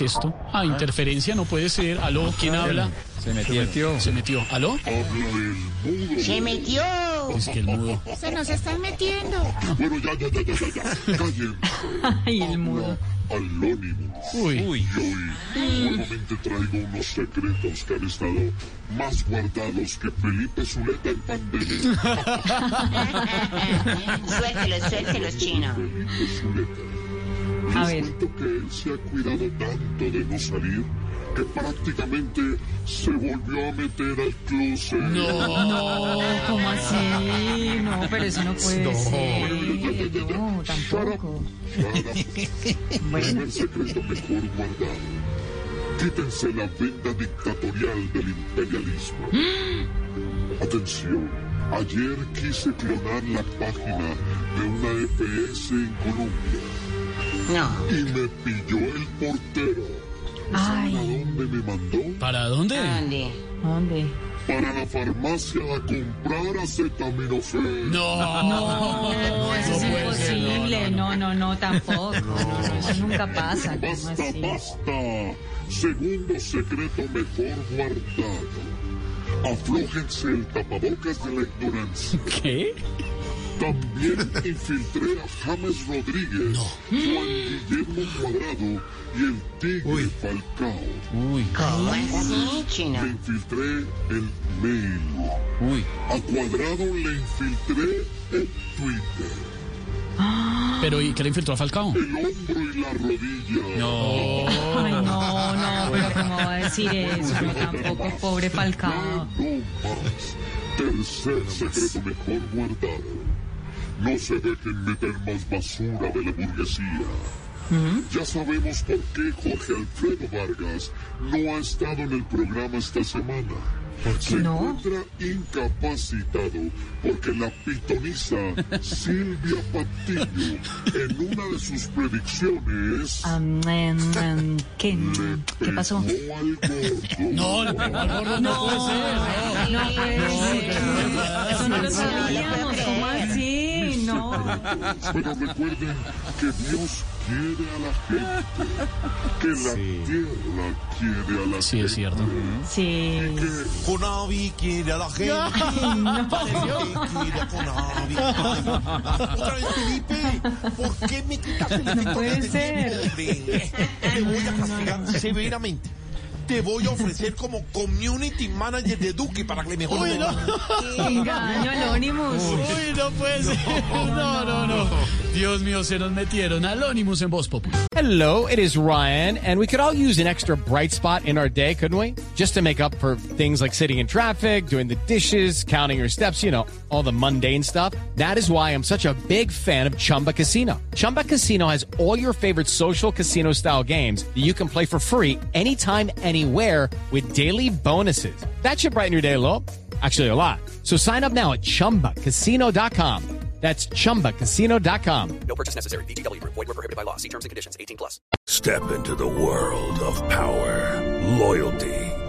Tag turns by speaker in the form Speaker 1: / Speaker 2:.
Speaker 1: es esto? Ah, interferencia, no puede ser. Aló, ¿quién habla?
Speaker 2: Se metió.
Speaker 1: Se metió. ¿Aló?
Speaker 3: Se metió.
Speaker 1: Es que el mudo.
Speaker 3: Se nos están metiendo.
Speaker 4: Bueno, ya, ya, ya, ya, ya, ya. Callen.
Speaker 5: Ay, el mudo.
Speaker 4: Alónimos.
Speaker 1: Uy,
Speaker 4: Y hoy nuevamente traigo unos secretos que han estado más guardados que Felipe Zuleta en pandemia.
Speaker 3: Suéltelos, suéltelos, chino.
Speaker 4: Felipe Zuleta.
Speaker 5: A
Speaker 4: Les
Speaker 5: ver.
Speaker 4: cuento que él se ha cuidado tanto de no salir que prácticamente se volvió a meter al closet.
Speaker 6: No, ¿cómo así? No, pero eso no puede ser. No, tampoco.
Speaker 4: Primer secreto mejor guardado. Quítense la venda dictatorial del imperialismo. Atención. Ayer quise clonar la página de una EPS en Colombia
Speaker 3: No.
Speaker 4: y me pilló el portero. ¿Saben a dónde me mandó?
Speaker 1: ¿para dónde?
Speaker 3: ¿Dónde?
Speaker 6: ¿Dónde?
Speaker 4: Para la farmacia a comprar acetaminofén.
Speaker 1: No.
Speaker 6: No, eso es imposible. No, no, no, tampoco. Eso nunca pasa. ¿Cómo
Speaker 4: Basta,
Speaker 6: así?
Speaker 4: basta. Segundo secreto mejor guardado. Aflójense el tapabocas de la ignorancia.
Speaker 1: ¿Qué?
Speaker 4: También infiltré a James Rodríguez, Juan Guillermo Cuadrado y el Tigre Falcao.
Speaker 2: Uy,
Speaker 3: ¿Cómo así, chino?
Speaker 4: Le infiltré el mail.
Speaker 2: uy.
Speaker 4: A Cuadrado le infiltré el Twitter.
Speaker 1: Pero ¿y qué le infiltró a Falcao?
Speaker 4: El hombro y la rodilla.
Speaker 1: No.
Speaker 6: Ay, no, no, pero ¿cómo va a decir eso? No, tampoco, pobre Falcao.
Speaker 4: No más. Tercer secreto mejor guardado. No se dejen meter más basura de la burguesía. Ya sabemos por qué Jorge Alfredo Vargas no ha estado en el programa esta semana. Se
Speaker 6: no?
Speaker 4: encuentra incapacitado porque la pitonisa Silvia Patiño en una de sus predicciones
Speaker 6: Ah, mm, mm, ¿Qué? ¿Qué pasó?
Speaker 4: pegó al gordo.
Speaker 1: No, le pegó al gordo, no puede ser.
Speaker 6: No puede ser. Eso no lo
Speaker 3: No
Speaker 6: sabíamos.
Speaker 3: lo puedo
Speaker 6: ¿Cómo
Speaker 3: creer.
Speaker 6: así? No.
Speaker 4: Pero recuerden que Dios quiere a la gente, que la tierra quiere a la
Speaker 1: Sí, es
Speaker 4: gente.
Speaker 1: cierto.
Speaker 6: Sí.
Speaker 7: Conavi quiere a la gente. Parece que quiere a Conavi. Otra vez, Felipe, ¿por qué me quitas el
Speaker 6: No puede ser.
Speaker 7: nombre? Te voy a castigar severamente. Te voy a ofrecer como community manager de Duque para que le mejore.
Speaker 1: Uy, no.
Speaker 6: Engaño Anonymous.
Speaker 1: Uy, no puede ser. No, no, no. Dios mío, se nos metieron. Alónimos en Voz Populi.
Speaker 8: Hello, it is Ryan, and we could all use an extra bright spot in our day, couldn't we? Just to make up for things like sitting in traffic, doing the dishes, counting your steps, you know, all the mundane stuff. That is why I'm such a big fan of Chumba Casino. Chumba Casino has all your favorite social casino style games that you can play for free anytime, anywhere with daily bonuses. That should brighten your day a little. Actually, a lot. So sign up now at chumbacasino.com. That's chumbacasino.com.
Speaker 9: No purchase necessary. VGW Group. Void were prohibited by law. See terms and conditions. 18 plus.
Speaker 10: Step into the world of power, loyalty,